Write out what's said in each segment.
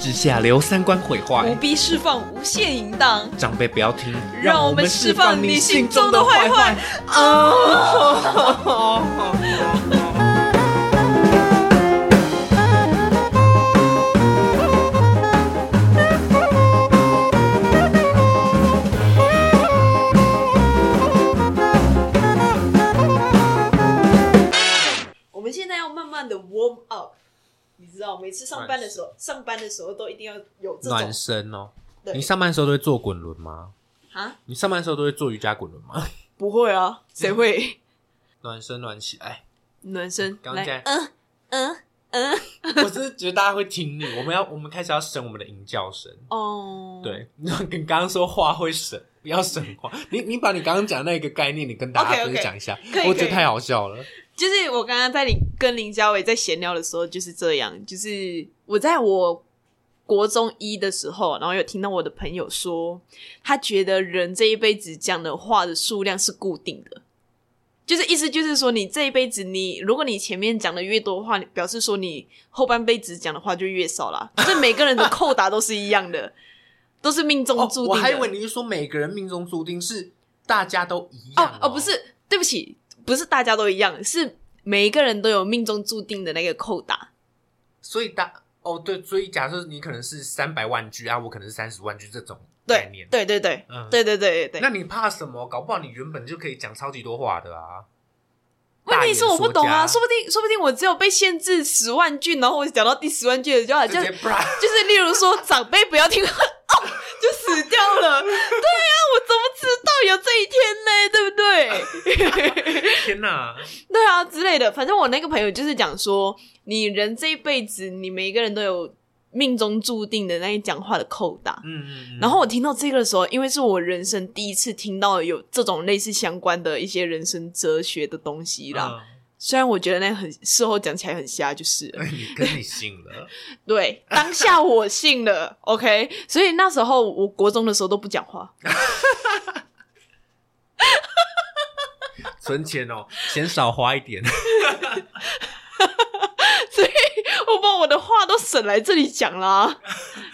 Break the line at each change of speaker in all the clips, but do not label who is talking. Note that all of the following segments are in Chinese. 之下留三观毁
不
坏。
必释放无限淫荡，
长辈不要听，
让我们释放你心中的坏坏。我们现在要慢慢的 warm up，你知道，每次上班的时候，上班的时候都一定要有这种
暖身哦。
对
你上班的时候都会做滚轮吗？
啊，
你上班的时候都会做瑜伽滚轮吗？
不会啊，谁会
暖身暖起来，
暖身？
刚
来
才，
嗯嗯嗯，
我只是觉得大家会听你。我们要，我们开始要省我们的吟叫声。
哦，，
对，跟刚刚说话会省，不要省话。你你把你刚刚讲那个概念，你跟大家
OK，OK，
分享一下
可以
我觉
可以
得太好笑了。
就是我刚刚在林跟林佳伟在闲聊的时候就是这样，就是我在我国中一的时候，然后有听到我的朋友说，他觉得人这一辈子讲的话的数量是固定的，就是意思就是说，你这一辈子你如果你前面讲的越多话，你表示说你后半辈子讲的话就越 少啦。就是每个人的扣打都是一样的，都是命中
哦
注定的。
我还以为你是说每个人命中注定是大家都一样
哦哦，不，是，对不起，不是大家都一样，是每一个人都有命中注定的那个扣打。
所以大哦对，所以假设你可能是三百万句啊，我可能是三十万句这种概
对
念。
对对对，
嗯
对对对对
那
对。
你怕什么？搞不好你原本就可以讲超级多话的啊。
问题是我不懂啊，
大演说
说不定说不定我只有被限制十万句，然后我讲到第十万句的就好
家
像
直接 bra
就是例如说长辈不要听话 哦，就死掉 了。对呀、啊我怎么知道有这一天呢？ 对不对？
天哪！
对啊，之类的。反正我那个朋友就是讲说，你人这一辈子，你每一个人都有命中注定的那一讲话的扣打。
嗯，嗯嗯
然后我听到这个的时候，因为是我人生第一次听到有这种类似相关的一些人生哲学的啊东西啦。
嗯
虽然我觉得那很事后讲起来很瞎，就是了
你跟你信了，
对当下我信了 ，OK。所以那时候我国中的时候都不讲话，
存钱哦，钱少花一点。
我把我的话都省来这里 讲啦，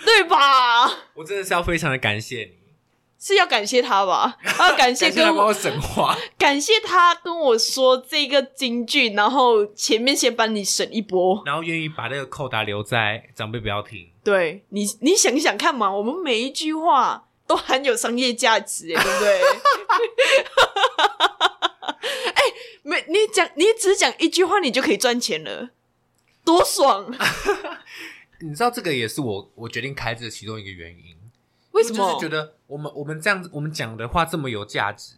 对吧？
我真的是要非常的感谢你，
是要感谢他吧？要感谢
感谢他
跟
帮
我
我省话。
感谢他跟我说这个金句，然后前面先帮你省一波。
然后愿意把那个扣打留在长辈不要停。
对你，你想想看嘛，我们每一句话都含有商业价值，哎，对 不对？哎、没你讲，你只讲一句话，你就可以赚钱了，多 爽！
你知道这个也是我我决定开这个其中一个原因，
为什
因
么？
就是觉得我们我们这样子，我们讲的话这么有价值，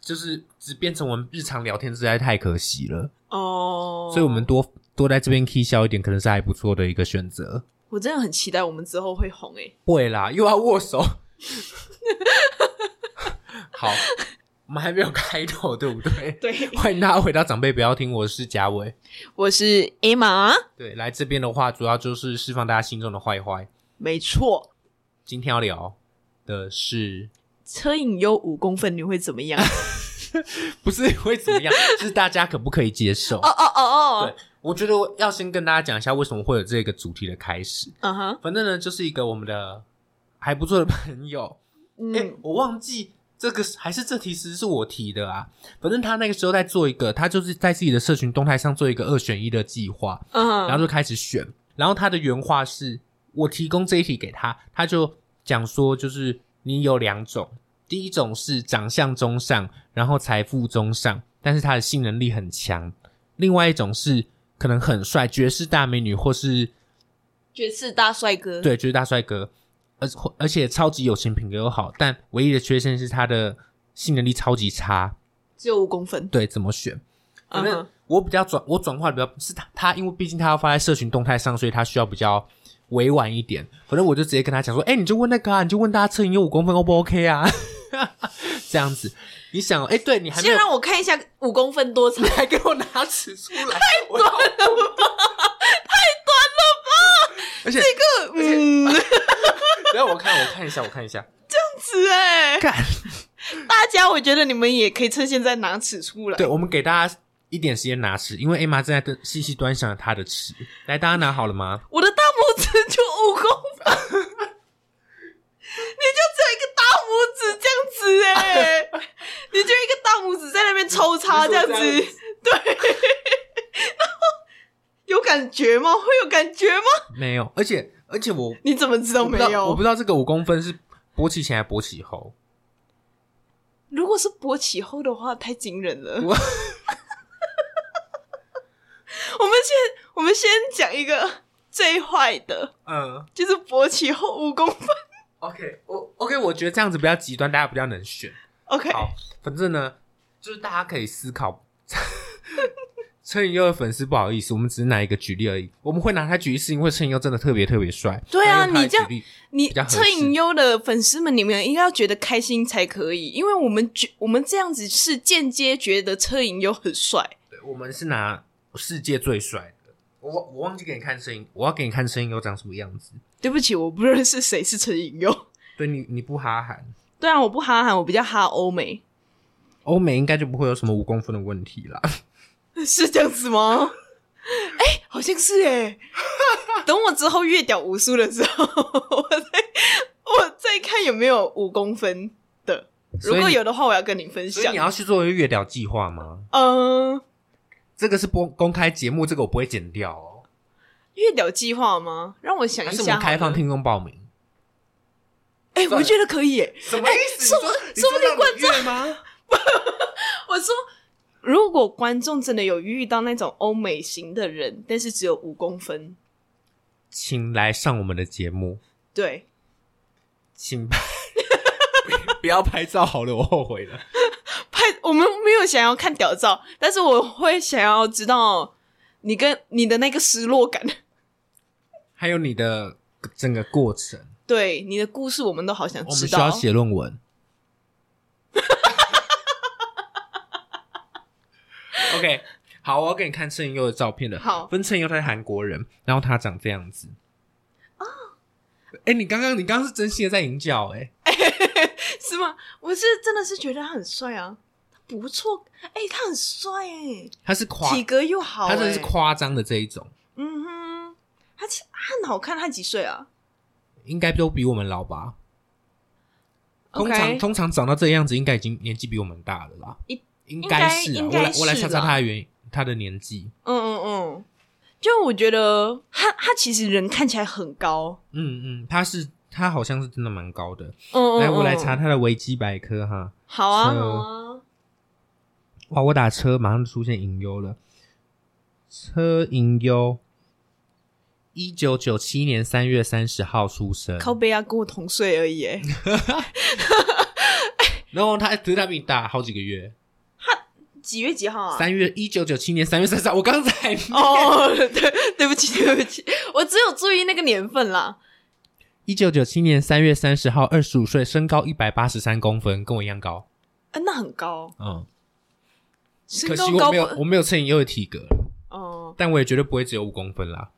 就是只变成我们日常聊天实在太可惜了，
哦，
所以我们多多在这边 key 笑一点，可能是还不错的一个选择。
我真的很期待我们之后会红，哎，
会啦，又要握 手。好，我们还没有开头，对不对？
对，
欢迎大家回到长辈不要听，我是贾伟。
我是 Emma，
对，来这边的话，主要就是释放大家心中的坏坏。
没错。
今天要聊的 是，
车影优五公分，你会怎么 样？
不是会怎么样？是大家可不可以接受？
哦哦哦
对
哦，，
我觉得我要先跟大家讲一下为什么会有这个主题的开始。
嗯哼，
反正呢，就是一个我们的还不错的朋友，哎、
嗯，
我忘记这个是还是这题其实是我提的啊。反正他那个时候在做一个，他就是在自己的社群动态上做一个二选一的计划，
嗯，
然后就开始选。然后他的原话是：我提供这一题给他，他就讲说，就是你有两种，第一种是长相中上，然后财富中上，但是他的性能力很强；另外一种是可能很帅，绝世大美女，或是
绝世大帅哥，
对，就是大帅哥，而或而且超级有钱，品格又好，但唯一的缺陷是他的性能力超级差。
只有五公分，
对，怎么选？
嗯
反
哼
正我比较转，我转化比较是他，他因为毕竟他要发在社群动态上，所以他需要比较委婉一点。反正我就直接跟他讲说，哎、你就问那个啊，你就问大家车龄有五公分 O 不 OK 啊？ 这样子，你想哦，哎、对你还没
先
有，
让我看一下五公分多长
你，还给我拿尺出来，太短了吧？太短了吧？ 而且，
这个嗯，
让我看，我看一下，我看一下，
是哎、
干，
大家我觉得你们也可以趁现在拿尺出来，
对，我们给大家一点时间拿尺，因为艾玛正在细细端详她的尺。来，大家拿好了吗？
我的大拇指就五公分，你就只有一个大拇指这样子哎、你就一个大拇指在那边抽插这样子，
你说这样
对， 然后有感觉吗？会有感觉吗？
没有，而且而且我
你怎么知道
我不
没
知道
有？
我不知道这个五公分是勃起前还是勃起后。
如果是勃起后的话，太惊人了。
我
我们先我们先讲一个最坏的，
嗯
就是勃起后五公分。
，OK，我 OK，我觉得这样子比较极端，大家比较能选。
OK，
好，反正呢，就是大家可以思考。 陈以优的粉丝不好意思，我们只是拿一个举例而已。我们会拿他举例，是因为陈以优真的特别特别帅。
对
那
啊
用他来
你这样
举例
你
比较合适
车影优的粉丝们，你们应该要觉得开心才可以，因为我们觉我们这样子是间接觉得车影优很帅。
对我们是拿世界最帅的。我我忘记给你看声音，我要给你看声音优长什么样子。
对不起，我不认识谁是车影优。
对你你不哈韩，
对啊，我不哈韩，我比较哈欧美，
欧美应该就不会有什么五公分的问题啦。
是这样子吗？ 哎、好像是哎、 等我之后越屌无数的时候， 我再我再看有没有五公分的，如
所以
果
你
有的话，我要跟你分
所以
享
你。要去做一个月聊计划吗？
嗯、
这个是公公开节目，这个我不会剪掉哦。
越屌计划吗？让我想一
还是我
下好
们
了。
开放听众报名？
哎、我觉得可以耶、
什么意思？
哎说
你说
说不定
观众吗？
我说，如果观众真的有遇到那种欧美型的人，但是只有五公分，
请来上我们的节目，
对，
请拍， 不要拍照好了，我后悔了。
拍我们没有想要看屌照，但是我会想要知道你跟你的那个失落感，
还有你的整个过程，
对你的故事，我们都好想
我
知
们需要
道。
写论文。OK，好，我要给你看郑优的照片了。
好
分郑优他是韩国人，然后他长这样子。哦，哎，你刚刚你刚刚是真心的在引脚哎、
是吗？我是真的是觉得他很帅啊，他不错，哎、他很帅哎、
他是夸，
体格又好、
他
哎
真的是夸张的这一种，
嗯哼，他其他很好看，他几岁啊？
应该都比我们老吧。通常
OK
通常长到这样子，应该已经年纪比我们大了啦。
一
应该是啊、
应
我
该
来我来
是
查查
啦
他的原因，他的年纪。
嗯嗯嗯，就我觉得他他其实人看起来很高，
嗯嗯，他是他好像是真的蛮高的。
嗯嗯，
来，
嗯
我来查，他的维基百科哈。
好啊
车
好啊，
哇，我打车马上出现隐忧了。车隐忧，一九九七年三月三十号出生。
靠背啊，跟我同岁而已，哎
然后他，可是他比你大好几个月。
几月几号啊？
三月一九九七年三月三十号，我刚才
哦，对，对不起，对不起，我只有注意那个年份啦。
一九九七年三月三十号，二十五岁，身高一百八十三公分，跟我一样高。
啊，那很高，
嗯，
身
可惜
高
我
高
没有
不
我没有衬你优的体格，
哦，
但我也绝对不会只有五公分啦。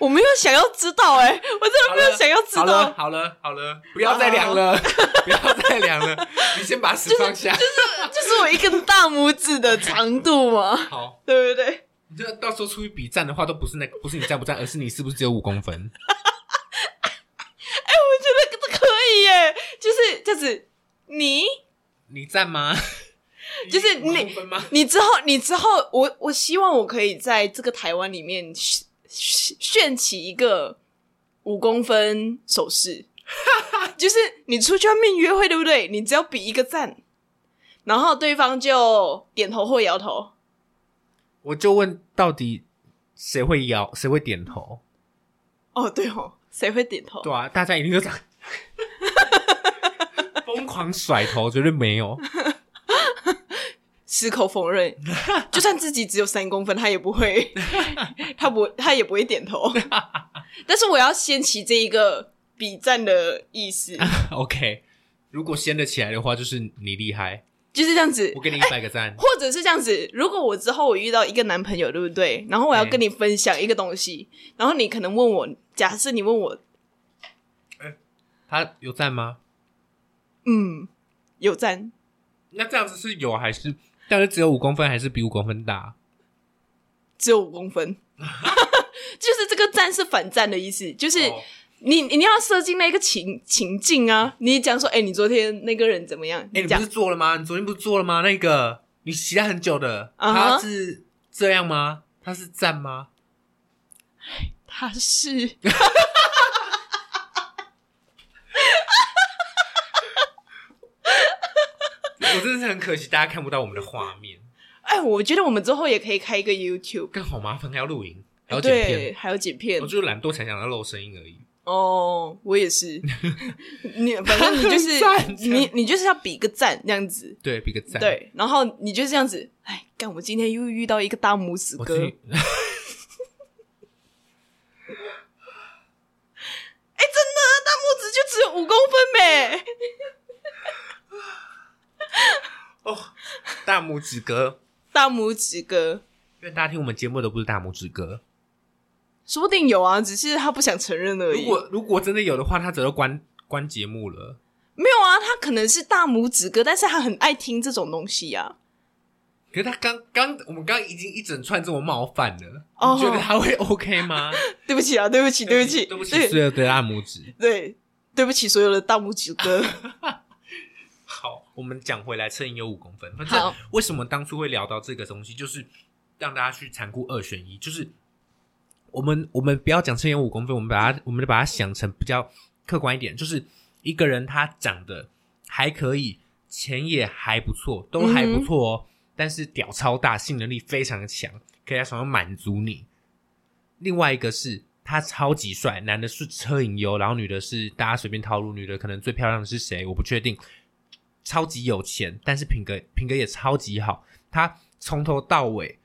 我没有想要知道，哎，我真的没有想要知
好了
道，
好了好了，不要再量了，不要再量了，你先把屎放下。
就是我一根大拇指的长度嘛，
好，
对不对？
你这到时候出去比战的话，都不是那个，不是你站不站，而是你是不是只有五公分。
我觉得可以耶，就是这样子，你
你站吗？
就是你
五公分吗？
你之后，你之后，我我希望我可以在这个台湾里面炫炫炫起一个五公分手 势，就是你出去外面约会，对不对？你只要比一个赞，然后对方就点头或摇头。
我就问，到底谁会摇，谁会点头？
哦，对哦，谁会点头？
对啊，大家一定都这 样疯狂甩头，绝对没有。
矢口否认，就算自己只有三公分，他也不会，他不，他也不会点头。但是我要掀起这一个比赞的意思，
OK，如 果掀得起来的话，就是你厉害，
就是这样子
我。给你一百个赞。
或者是这样子，如果我之后我遇到一个男朋友，对不对？然后我要跟你分享一个东西，然后你可能问我，假设你问我，
他有赞吗？
嗯，有赞，
那这样子是有还是？但是只有五公分，还是比五公分大？
只有五公分， 就是这个战是反战的意思，就是
哦
你你要设计那个情情境啊，你讲说，哎、你昨天那个人怎么样？
哎、你不
讲
是做了吗？你昨天不是做了吗？那个你期待很久的，
啊哈
他是这样吗？他是赞吗？
他是，
我真的是很可惜，大家看不到我们的画面，
哎、我觉得我们之后也可以开一个 YouTube，
更好麻烦，还要录影，还要剪
对，
片。
还有剪片
我。就是懒惰，才想要露声音而已。
哦，我也 是，你反正你就是
赞
你你就是要比个赞这样子，
对，比个赞。，
对，然后你就这样子，哎，干，我今天又遇到一个大拇指
我
哥，
去，
哎、真的，大拇指就只有五公分呗。
哦，大拇指哥，
大拇指哥，
因为大家听我们节目都不是大拇指哥。
说不定有啊，只是他不想承认而已。
如果如果真的有的话，他早就关关节目了。
没有啊，他可能是大拇指哥，但是他很爱听这种东西啊。
可是他刚刚，我们刚刚已经一整串这么冒犯了，
哦
你觉得他会 OK 吗？
对不起啊，对不起，对不起，
对不起，所
对
有的大拇指。
对，对不起，所有的大拇指 哥。
好，我们讲回来，车影有五公分。反正
好
为什么当初会聊到这个东西，就是让大家去残酷二选一，就是我们我们不要讲车影五公分，我们把它我们就把它想成比较客观一点，就是一个人他长得还可以，钱也还不错，都还不错哦，但是屌超大，性能力非常的强，可以在床上满足你。另外一个是他超级帅，男的是车银优，然后女的是大家随便套路，女的可能最漂亮的是谁我不确定。超级有钱，但是品格品格也超级好，他从头到尾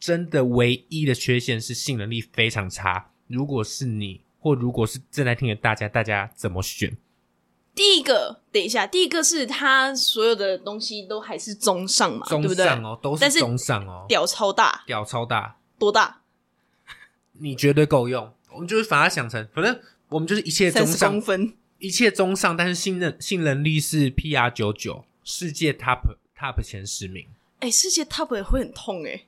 真的唯一的缺陷是性能力非常差。如果是你，或如果是正在听的大家，大家怎么选？
第一个，等一下，第一个是他所有的东西都还是中上嘛，
中
对不对？
上哦，都
但
是
是
中上哦，
屌超大，
屌超大，
多大？
你绝对够用。我们就是把它想成，反正我们就是一切中
三十公
上，
分。
一切中上，但是性能性能力是 PR 九九，世界 Top Top 前十名。
哎、世界 top 也会很痛哎、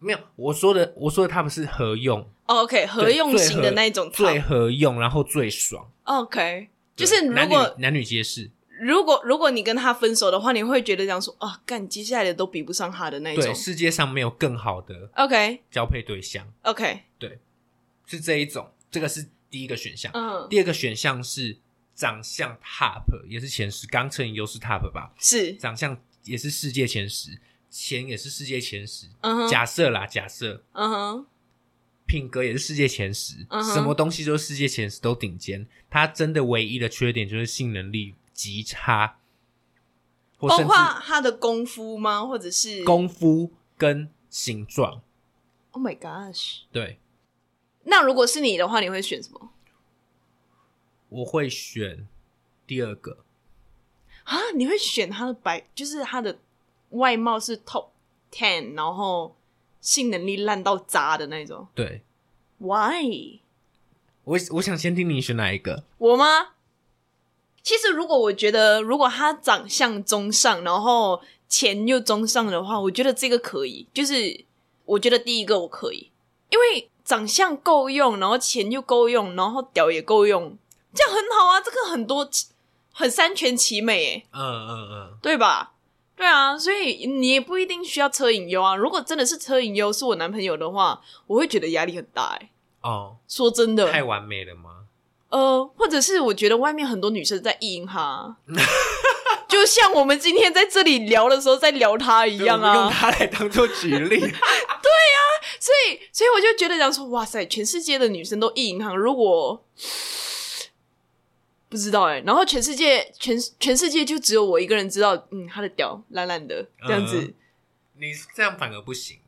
没有，我说的我说的 Top 是合用，
哦 OK，合用型的那一种
最
top。
合用，然后最爽。
OK，就是
对
如
男女
果
男女皆是，
如果如果你跟他分手的话，你会觉得这样说啊，干接下来的都比不上他的那一
对，
种。
世界上没有更好的
OK
交配对象，
OK，
是这一种，这个是第一个选项。
嗯，
第二个选项是长相 top，也是前十，刚成优是 top 吧，
是，
长相也是世界前十，钱也是世界前十。
嗯哼，
假设啦，假设
嗯哼，
品格也是世界前十，
嗯哼
什么东西都是世界前十都顶尖。他真的唯一的缺点就是性能力极差，或
包
甚
括
至
他的功夫吗？或者是
功夫跟形状。
？Oh my gosh！
对，
那如果是你的话，你会选什么
我会选第二个。
啊？你会选他的白，就是他的外貌是 top ten，然后性能力烂到渣的那种
对
？Why？
我，我想先听你选哪一个。
我吗？其实，如果我觉得，如果他长相中上，然后钱又中上的话，我觉得这个可以。就是我觉得第一个我可以，因为长相够用，然后钱又够用，然后屌也够用，这样很好啊。这个很多很三全其美，诶，
嗯嗯嗯，
对吧？对啊，所以你也不一定需要车影优啊。如果真的是车影优是我男朋友的啊话，我会觉得压力很大、诶，
哦，
说真的，
太完美了吗？
呃，或者是我觉得外面很多女生在意淫他， 就像我们今天在这里聊的时候在聊他一
一
样
用
啊。
它来当做举 例。
所以，所以我就觉得讲说，哇塞，全世界的女生都意淫他，如果不知道哎、然后全世界全全世界就只有我一个人知道，嗯，他的屌烂烂的这样子。
嗯你这样反而不行。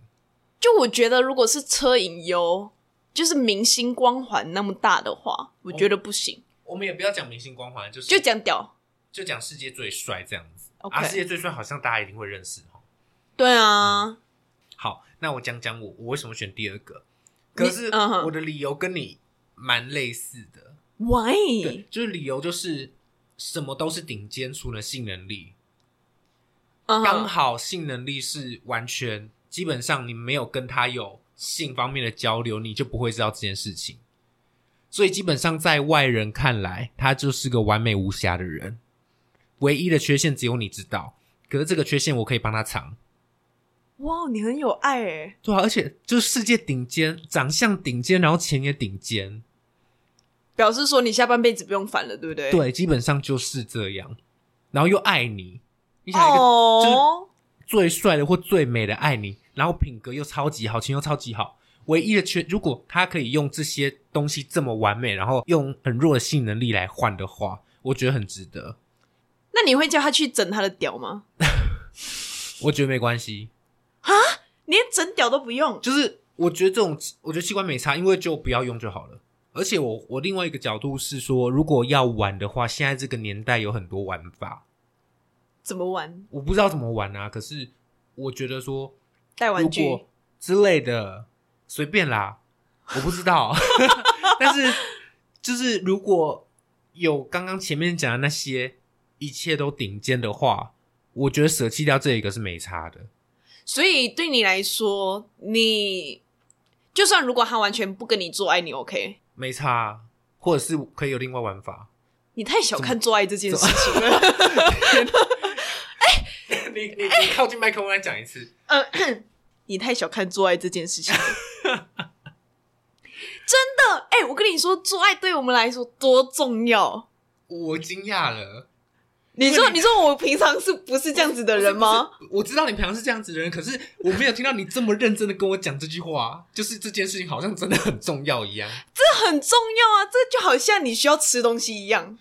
就我觉得，如果是车影优，就是明星光环那么大的话，我觉得不行，
我们也不要讲明星光环，就是
就讲屌。
就讲世界最帅这样子。
OK
啊，世界最帅好像大家一定会认识哦。
对
嗯
啊，
好，那我讲讲我我为什么选第二个。可是
嗯哼
我的理由跟你蛮类似的，对
why？，
就是理由就是什么都是顶尖，除了性能力。
嗯哼啊
刚好性能力是完全，基本上你没有跟他有性方面的交流，你就不会知道这件事情。所以基本上在外人看来，他就是个完美无瑕的人，唯一的缺陷只有你知道。可是这个缺陷我可以帮他藏，
哇，你很有爱哎、
对啊，而且就是世界顶尖，长相顶尖，然后钱也顶尖，
表示说你下半辈子不用烦了，对不对？，
对，基本上就是这样。然后又爱你，你想一个
哦，
最帅的或最美的爱你，然后品格又超级好，情又超级好。唯一的缺，如果他可以用这些东西这么完美，然后用很弱的性能力来换的话，我觉得很值得。
那你会叫他去整他的屌吗？
我觉得没关系，
连整屌都不用，
就是我觉得这种，我觉得器官没差，因为就不要用就好了。而且我我另外一个角度是说，如果要玩的话，现在这个年代有很多玩法，
怎么玩？
我不知道怎么玩啊。可是我觉得说，
带玩
如
具
果之类的，随便啦，我不知 道。但是就是如果有刚刚前面讲的那些一切都顶尖的话，我觉得舍弃掉这一个是没差的。
所以对你来说，你就算如果他完全不跟你做爱，你 OK？
没差啊，或者是可以有另外玩 法。
你太小看做爱这件事情了。
你你你靠近麦克风来讲一次，
呃， 你太小看做爱这件 事情了。真的，哎、我跟你说，做爱对我们来说多重要。
我惊讶了。
你
因为
说，
你
你说我平常是不是这样子的人吗？
不是？不是我知道你平常是这样子的人，可是我没有听到你这么认真的跟我讲这句话，啊就是这件事情好像真的很重要一样。
这很重要啊，这就好像你需要吃东西一样，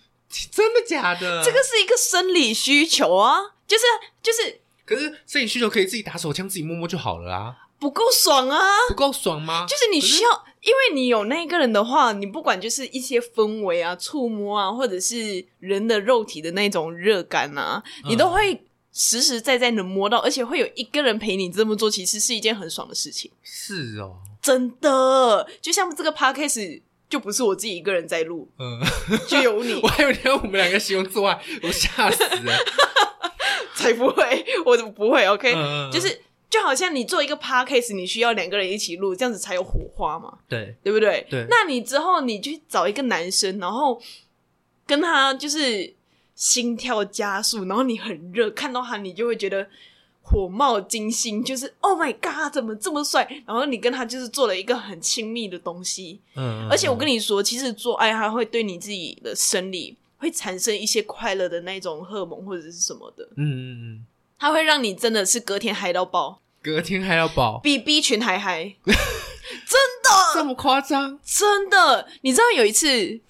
真的假的？
这个是一个生理需求啊，就是就是
可是摄影需求可以自己打手枪，自己摸摸就好了啊，
不够爽啊。
不够爽吗？
就是你需要，因为你有那个人的话，你不管就是一些氛围啊、触摸啊，或者是人的肉体的那种热感啊，
嗯
你都会实实在在能摸到，而且会有一个人陪你这么做，其实是一件很爽的事情，
是哦，
真的。就像这个 podcast 就不是我自己一个人在录，
嗯，
就有你
我，还有天我们两个形容做爱，我吓死 了。
才不会，我不会，OK，、
嗯，
就是。就好像你做一个 podcast，你需要两个人一起录，这样子才有火花嘛。
对，
对不对？
对
那你之后你去找一个男生，然后跟他就是心跳加速，然后你很热，看到他你就会觉得火冒金星，就是 Oh my God，怎么这么帅？然后你跟他就是做了一个很亲密的东西，
嗯
而且我跟
你
你说，其实做爱它会对你自己的生理会产生一些快乐的那种荷尔蒙或者是什么的，
嗯嗯嗯，
它会让你真的是隔天嗨到爆，
隔天还要保，
比 B 群还嗨。
这么夸张？
真的，你知道有一次，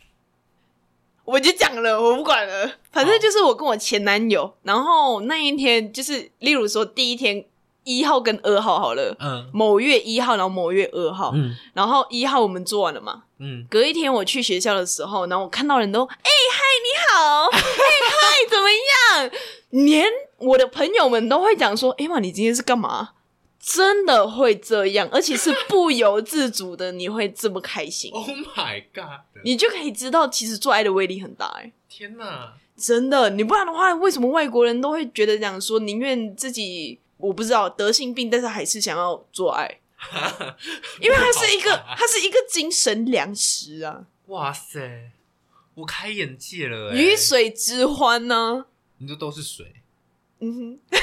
我就讲了，我不管了，反正就是我跟我前男友，然后那一天就是，例如说第一天一号跟二号好了，
嗯
某月一号，然后某月二号，
嗯
然后一号我们做完了嘛，
嗯，
隔一天我去学校的时候，然后我看到人都，哎、嗨，你好，哎、嗨，怎么样？连我的朋友们都会讲说，哎、妈，你今天是干嘛？真的会这样，而且是不由自主的，你会这么开心。
Oh my god！
你就可以知道，其实做爱的威力很大、欸，
天哪，
真的。你不然的话，为什么外国人都会觉得讲说，宁愿自己我不知道得性病，但是还是想要做爱，因为它是 一个，
啊
它是一个精神粮食啊，
哇塞，我开眼界了、欸，
鱼，水之欢啊呢、
你这都是水，
嗯哼，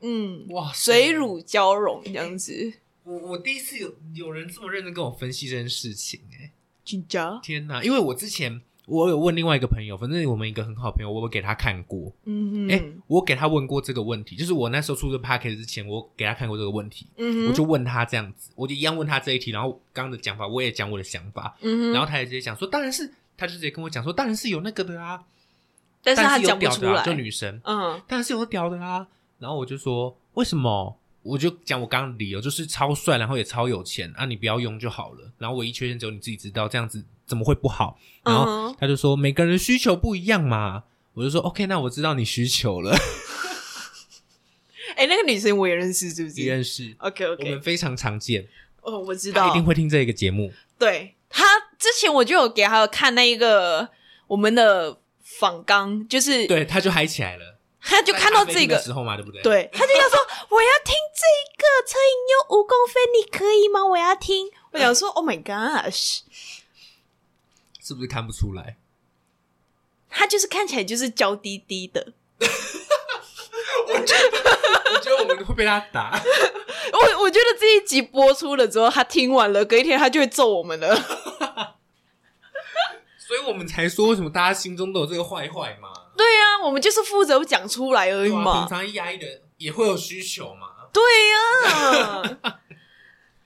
嗯，
哇塞，
水乳交融这样子，
我我第一次有有人这么认真跟我分析这件事情、欸，
紧张，
天哪！因为我之前我有问另外一个朋友，反正我们一个很好的朋友，我有给他看过。
嗯哼，
哎、我给他问过这个问题，就是我那时候出这 p a c k e 之前，我给他看过这个问题，
嗯哼，
我就问他这样子，我就一样问他这一题，然后刚刚的讲法我也讲我的想法，
嗯哼，
然
后
后他也直接讲说，当然是，他就直接跟我讲说，当然是有那个的啊，
但是
但
他
是有
讲不
屌
出
的、
来
啊，，就女生，
嗯
当然是有屌的啦、然后我就说为什么？我就讲我刚刚的理由，就是超帅，然后也超有钱啊，你不要用就好了。然后唯一缺陷只有你自己知道，这样子怎么会不好？然
嗯
后
哼
他就说每个人的需求不一样嘛。我就说 OK，那我知道你需求 了，
哎、那个女生我也认识，是不
你
是
认识，
？OK
我
OK，
们非常常见，
哦，我知
他
道，
一定会听这个节目。
对他之前我就有给他看那一个我们的访纲，就是
对，他就嗨起来了。
他就看到
咖
这
啡厅的
个，
时候嘛，对不对？，
对，他就 要说我要听这个陈颖优五公分，你可以吗？我要听。我想说，Oh my gosh，
是不是看不出来？
他就是看起来就是娇滴滴的。
我觉得我们会被他打。
我我觉得这一集播出了之后，他听完了，隔一天他就会揍我们了。
所以我们才说，为什么大家心中都有这个坏坏嘛？
对啊，我们就是负责讲出来而已
对啊
嘛
平。常压抑的也会有需求嘛。
对
啊
呀、啊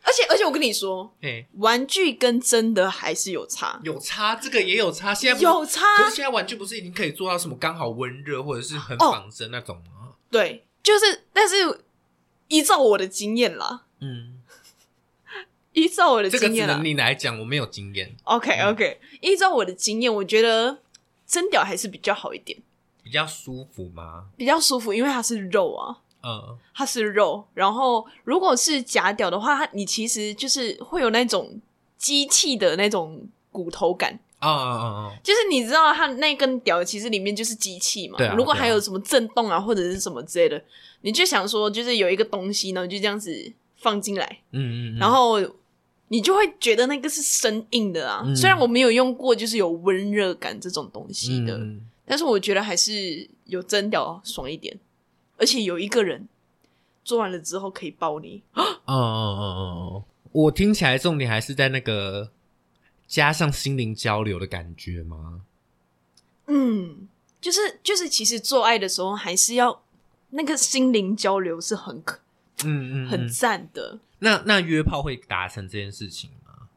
而且而且我跟你说，
哎、
玩具跟真的还是有差，
有差，这个也有差。哎现在不是
有
可
差
是。现在玩具不是已经可以做到什么刚好温热或者是很
哦
仿真那种吗？
对，就是，但是依照我的经验啦，
嗯，
依照我的
这个
经
只
验啦
能，你嗯来讲，我没有经验，
OK OK，、依照我的经验，我觉得真屌还是比较好一点，
比较舒服吗？
比较舒服，因为它是肉啊，
嗯，
它是肉。然后如果是假屌的话，它你其实就是会有那种机器的那种骨头感，
啊啊啊啊！
就是你知道它那根屌其实里面就是机器嘛。
对啊
如果
对啊
还有什么震动啊或者是什么之类的，你就想说就是有一个东西呢，就这样子放进来，
嗯嗯嗯，
然后你就会觉得那个是生硬的啊。
嗯
虽然我没有用过，就是有温热感这种东西的，
嗯嗯
但是我觉得还是有真屌爽一点。而且有一个人做完了之后可以抱你，
嗯嗯嗯嗯嗯，我听起来重点还是在那个加上心灵交流的感觉吗？
嗯，就是就是，其实做爱的时候还是要那个心灵交流是很可
嗯嗯，
很
嗯
赞的。
那那约炮会达成这件事情吗？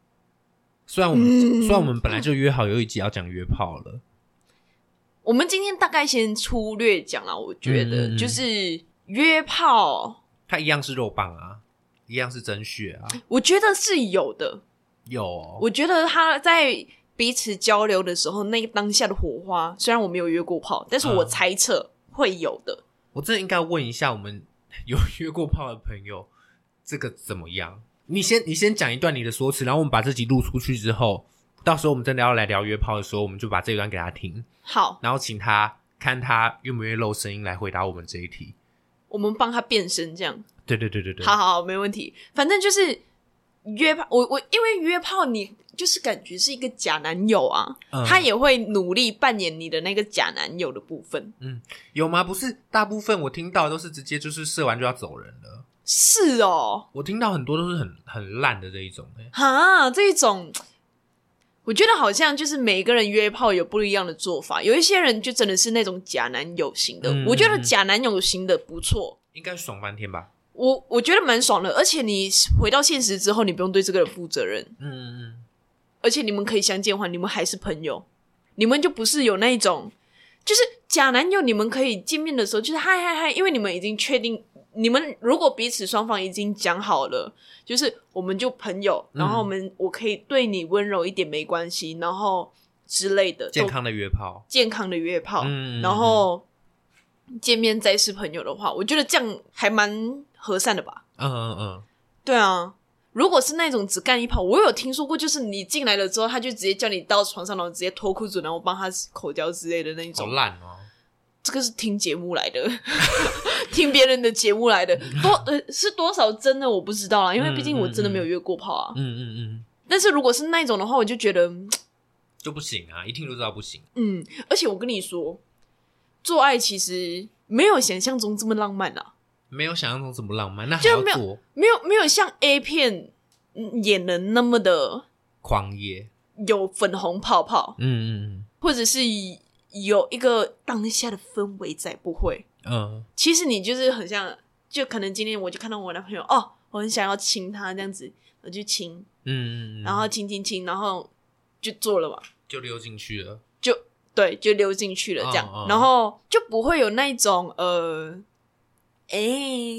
虽然我们、
嗯
虽然我们本来就约好有一集要讲约炮了，
我们今天大概先粗略讲啦，我觉得、
嗯嗯嗯
就是约炮，
它一样是肉棒啊，一样是真血啊，
我觉得是有的，
有哦、
我觉得他在彼此交流的时候，那当下的火花，虽然我没有约过炮，但是我
嗯
猜测会有的。
我真的应该问一下我们有约过炮的朋友，这个怎么样？你先你先讲一段你的说辞，然后我们把这集录出去之后，到时候我们真的要来聊约炮的时候，我们就把这一段给他听，
好，
然后请他看他愿不愿意露声音来回答我们这一题。
我们帮他变身，这样，
对对对对对，
好好好，没问题。反正就是约炮，我我因为约炮，你就是感觉是一个假男友啊，
嗯
他也会努力扮演你的那个假男友的部分。
有吗？不是，大部分我听到都是直接就是射完就要走人了。
是哦，
我听到很多都是很很烂的这一种、欸，
哈，这种。我觉得好像就是每个人约炮有不一样的做法，有一些人就真的是那种假男友型的，
嗯
我觉得
嗯嗯
假男友型的不错，
应该爽翻天吧？
我我觉得蛮爽的，而且你回到现实之后，你不用对这个人负责任，
嗯嗯
而且你们可以相见欢，你们还是朋友，你们就不是有那一种，就是假男友，你们可以见面的时候就是嗨嗨嗨，因为你们已经确定，你们如果彼此双方已经讲好了，就是我们就朋友，
嗯
然后我们、我可以对你温柔一点没关系，然后之类的，
嗯，健
都
康的约炮，
健康的约炮，
嗯，
然后见面再是朋友的话，我觉得这样还蛮和善的吧。
嗯嗯嗯，
对啊，如果是那种只干一炮，我有听说过，就是你进来了之后，他就直接叫你到床上，然后直接脱裤子，然后帮他口交之类的那一
好
种。
烂哦。
这个是听节目来的， 听别人的节目来的，多呃是多少真的我不知道啦，因为毕竟我真的没有约过炮啊。
嗯嗯嗯，
但是如果是那种的话，我就觉得，
就不行啊，一听就知道不行。
嗯，而且我跟你说，做爱其实没有想象中这么浪漫啊，
没有想象中这么浪漫，那还
就
要
没有
做
没有没有像 A 片嗯演的那么的
狂野。
有粉红泡泡。
嗯嗯
或者是以有一个当下的氛围在，不会。
嗯
其实你就是很像，就可能今天我就看到我男朋友哦，我很想要亲他这样子，我就亲，
嗯嗯嗯，
然后亲亲亲，然后就做了嘛，
就溜进去了。
对，就溜进去了这样，
嗯嗯
然后就不会有那一种呃。哎、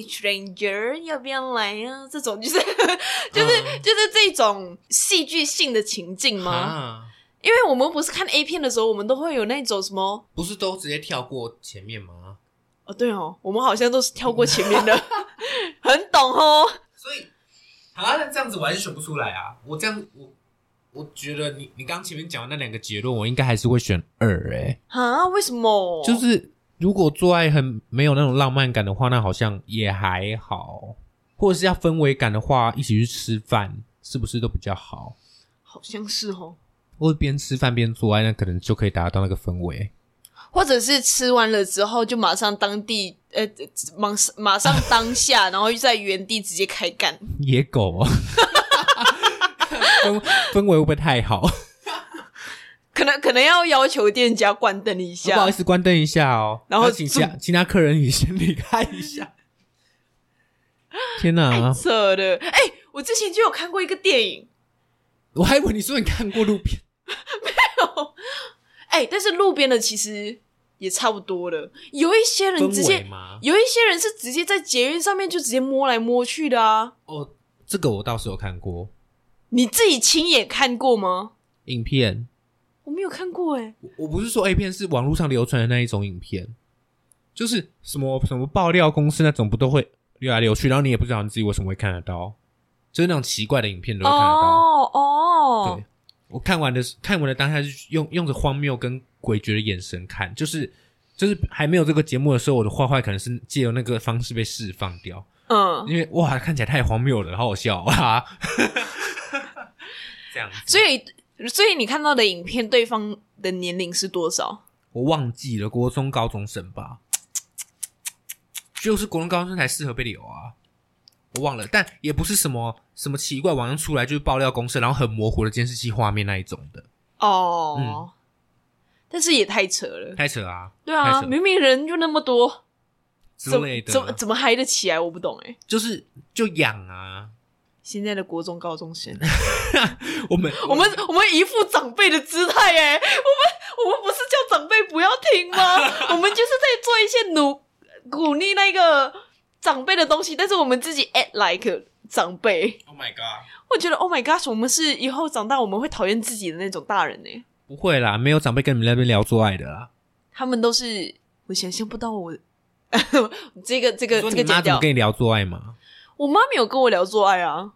s t r a n g e r 要不要来啊？这种就是 就是、
嗯
就是这种戏剧性的情境吗？
啊，
因为我们不是看 A 片的时候，我们都会有那种什么
不是都直接跳过前面吗？
哦，对哦，我们好像都是跳过前面的， 很懂哦。
所以啊，那这样子我还是选不出来啊。我这样，我我觉得你你刚前面讲的那两个结论，我应该还是会选二哎、
啊，为什么？
就是如果做爱很没有那种浪漫感的话，那好像也还好。或者是要氛围感的话，一起去吃饭是不是都比较好？
好像是哦。
或者边吃饭边做爱，那可能就可以达到那个氛围。
或者是吃完了之后就马上当地呃，马上马上当下，然后就在原地直接开干。
野狗、哦， 氛氛围会不会太好？
可能可能要要求店家关灯一
哦不好
下
意，思，关灯一下哦。
然后
请其他其他客人也先离开一 下。天哪！
扯的。哎、我之前就有看过一个电影，
我还以为你说你看过录片，
哎、但是路边的其实也差不多了。有一些人直
氛围
接，
吗？
有一些人是直接在捷运上面就直接摸来摸去的啊。
哦，这个我倒是有看过
你自己亲眼看过吗？
影片。
我没有看过哎、
我我不是说 A 片是网络上流传的那一种影片，就是什么什么爆料公司那种，不都会溜来溜去，然后你也不知道你自己为什么会看得到，就是那种奇怪的影片都会看得到。
哦哦
对，我看完的时看完的当下，是用用着荒谬跟诡谲的眼神看，就是就是还没有这个节目的时候，我的坏坏可能是借由那个方式被释放掉，
嗯，
因为哇看起来太荒谬了，好好笑啊！ 这样子，
所以所以你看到的影片，对方的年龄是多少？
我忘记了国中高中生吧，就是国中高中生才适合被留啊。我忘了，但也不是什么什么奇怪，网上出来就是爆料公社，然后很模糊的监视器画面那一种的，
哦、但是也太扯了。
嗯太扯啊
对
太
啊，
扯
明明人就那么多，
之
怎么
类的，啊
怎么怎么嗨得起来？我不懂哎、
就是就痒啊。
现在的国中高中生，
我们
我们我们一副长辈的姿态哎、我们我们不是叫长辈不要听 吗？我们就是在做一些努鼓励那个长辈的东西，但是我们自己 act like 长辈。
，Oh my god，
我觉得 Oh my gosh，我们是以后长大我们会讨厌自己的那种大人呢、
不会啦，没有长辈跟你们那边聊做爱的啦。
他们都是我想象不到我 这个这个
说
这
你
个
妈
剪
怎么
掉
跟。你聊做爱吗？
我妈没有跟我聊做 爱啊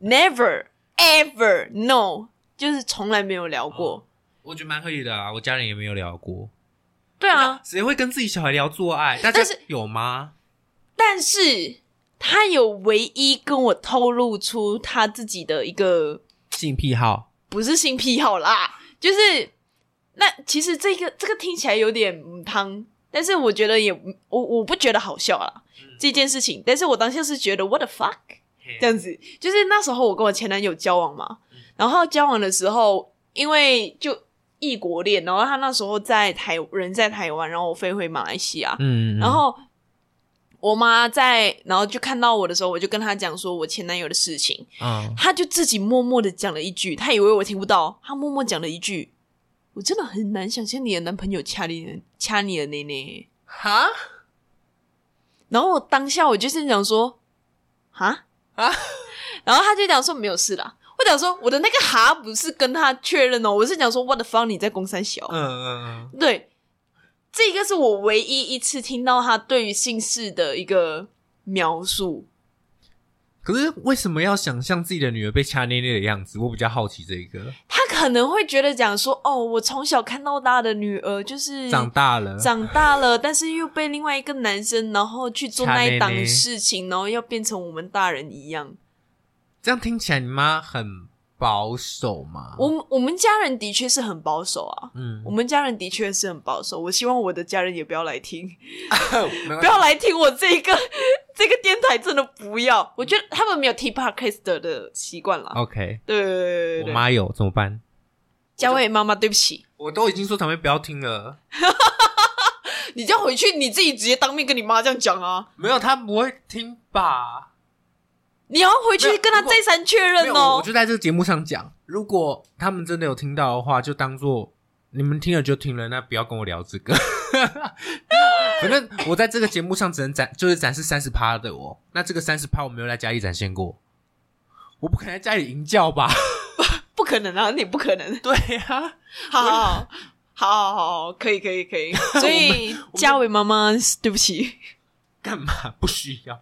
，never ever no，就是从来没有聊
哦
过。
我觉得蛮可以的啊，我家人也没有聊过。
对啊，
谁会跟自己小孩聊做爱？大家
但是
有吗？
但是她有唯一跟我透露出她自己的一个
性癖好，
不是性癖好啦，就是那其实这个这个听起来有点母汤，但是我觉得也我我不觉得好笑啦这件事情，但是我当下是觉得 what the fuck 这样子，就是那时候我跟我前男友交往嘛，然后交往的时候因为就异国恋，然后他那时候在台人在台湾，然后我飞回马来西亚，
嗯，嗯
然后我妈在，然后就看到我的时候，我就跟她讲说我前男友的事情，
嗯，
他就自己默默的讲了一句，他以为我听不到，他默默讲了一句，我真的很难想象你的男朋友掐你的掐你的内内。
哈
然后我当下我就是想说，哈
啊，
然后他就讲说没有事啦。我讲说我的那个哈不是跟他确认哦，我是讲说 what the fuck 你在公山小，
嗯嗯
对，这个是我唯一一次听到他对于姓氏的一个描述。
可是为什么要想象自己的女儿被掐捏捏的样子？我比较好奇这个。
他可能会觉得讲说，哦，我从小看到大的女儿就是
长大了，
嗯长大了，但是又被另外一个男生，然后去做
掐
那一
妹妹
档事情，然后要变成我们大人一样。
这样听起来你妈很保守嘛？
我们我们家人的确是很保守啊，
嗯
我，们家人的确是很保守。我希望我的家人也不要来 听，
没关
不
系
要来听我这个 这个电台，真的不要。我觉得他们没有听 podcast 的习惯啦。
OK，
对对对对
哦我
对对，
妈有怎么办？
嘉伟妈妈，对不起，
我都已经说长辈不要听了。
你就回去你自己直接当面跟你妈这样讲啊。
没有，他不会听吧？
你要回
没
去
有
跟他
如果
再三确认
没有，我
哦
我。就在这个节目上讲，如果他们真的有听到的话，就当做你们听了就听了，那不要跟我聊这个。 反正我在这个节目上只能展，就是展示三十趴的我。那这个三十趴我没有在家里展现过，我不可能在家里营教 吧？
不可能啊，你不可能。
对呀、
好好好好，可以可以可以。 所以
我们
嘉伟妈妈，对不起，
干嘛不需要？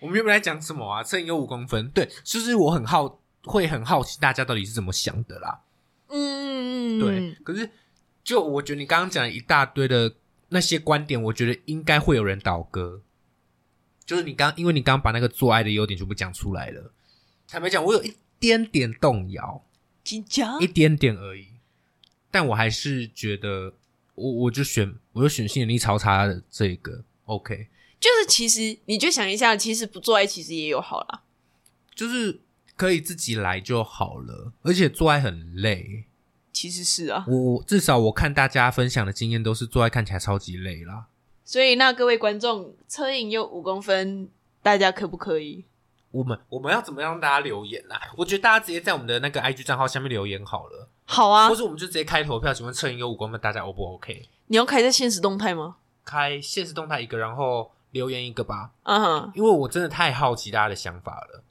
我们原本来讲什么啊？乘以有五公分，对，就是我很好，会很好奇大家到底是怎么想的啦。
嗯，
对，，可是就我觉得你刚刚讲了一大堆的那些观点，我觉得应该会有人倒戈。就是你刚，因为你刚刚把那个做爱的优点全部讲出来了，坦白讲，我有一点点动摇，
紧张
一点点而已。但我还是觉得，我我就选，我就选心理超差的这个 OK。
就是其实你就想一下，其实不做爱其实也有好啦。
就是可以自己来就好了，而且做爱很累。
其实是啊，
我我至少我看大家分享的经验都是做爱看起来超级累啦。
所以那各位观众，车影又五公分，大家可不可以？
我们我们要怎么样让大家留言啦、我觉得大家直接在我们的那个 IG 账号下面留言好了，
好啊
或，者我们就直接开投票，请问测影有五公分，大家 O 不 OK？
你要开在现实动态吗？
开现实动态一个，然后留言一个吧，
嗯哼，
因为我真的太好奇大家的想法了。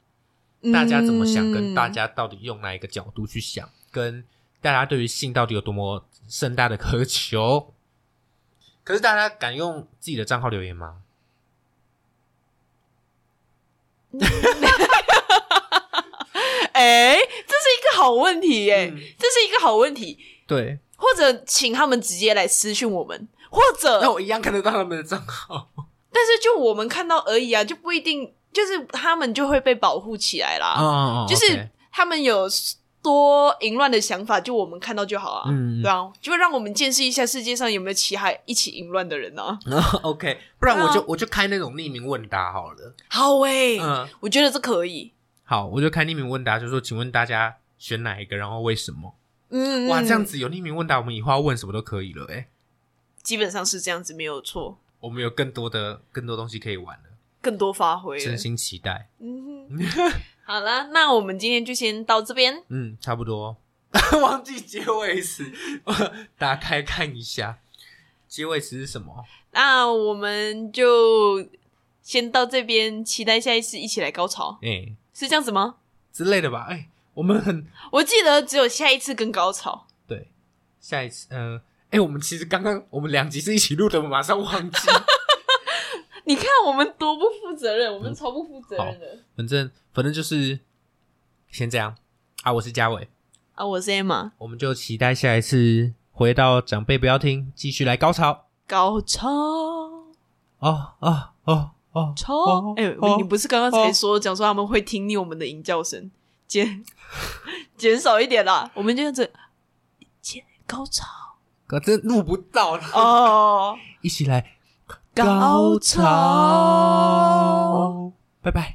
嗯
嗯
大家怎么想，跟大家到底用哪一个角度去想，跟大家对于性到底有多么盛大的渴求。可是大家敢用自己的账号留言吗？
嗯？哎、这是一个好问题耶、
嗯
这是一个好问题。
对，
或者请他们直接来私讯我们，或
那
者
我一样看得到他们的账号。
但是就我们看到而已啊，就不一定，就是他们就会被保护起来啦。
哦
就是他们有多淫乱的想法，就我们看到就好啊，
嗯
对啊，就让我们见识一下世界上有没有其他一起淫乱的人啊。
OK，不然我就
对啊
我就开那种匿名问答好了。
好诶、
嗯，
我觉得这可以。
好，我就开匿名问答，就说请问大家选哪一个，然后为什么？
嗯，
哇，
嗯
这样子有匿名问答，我们以后要问什么都可以了。哎，
基本上是这样子，没有错，
我们有更多的更多东西可以玩了，
更多发挥了
真。心期待。
嗯 哼，好啦，那我们今天就先到这边。
嗯，差不 多。忘记结尾词， 我打开看一下，结尾词是什么？
那我们就先到这边，期待下一次一起来高潮，
哎、
是这样子吗？
之类的吧？哎、我们很
我记得只有下一次更高潮，
对，下一次，嗯、哎、我们其实刚刚我们两集是一起录的，我马上忘记。
你看我们多不负责
嗯
任，我们超不负责任的、
反正反正就是先这样啊！我是嘉伟，
啊！我是 Emma，
我们就期待下一次回到长辈不要听，继续来高潮
高潮
哦哦哦哦！
潮，哎、你不是刚刚才说讲说他们会听腻我们的吟叫声，减 减少一点啦，我们就这样子减高潮
可真录不到了，
哦，
一起来。
高潮。
拜拜。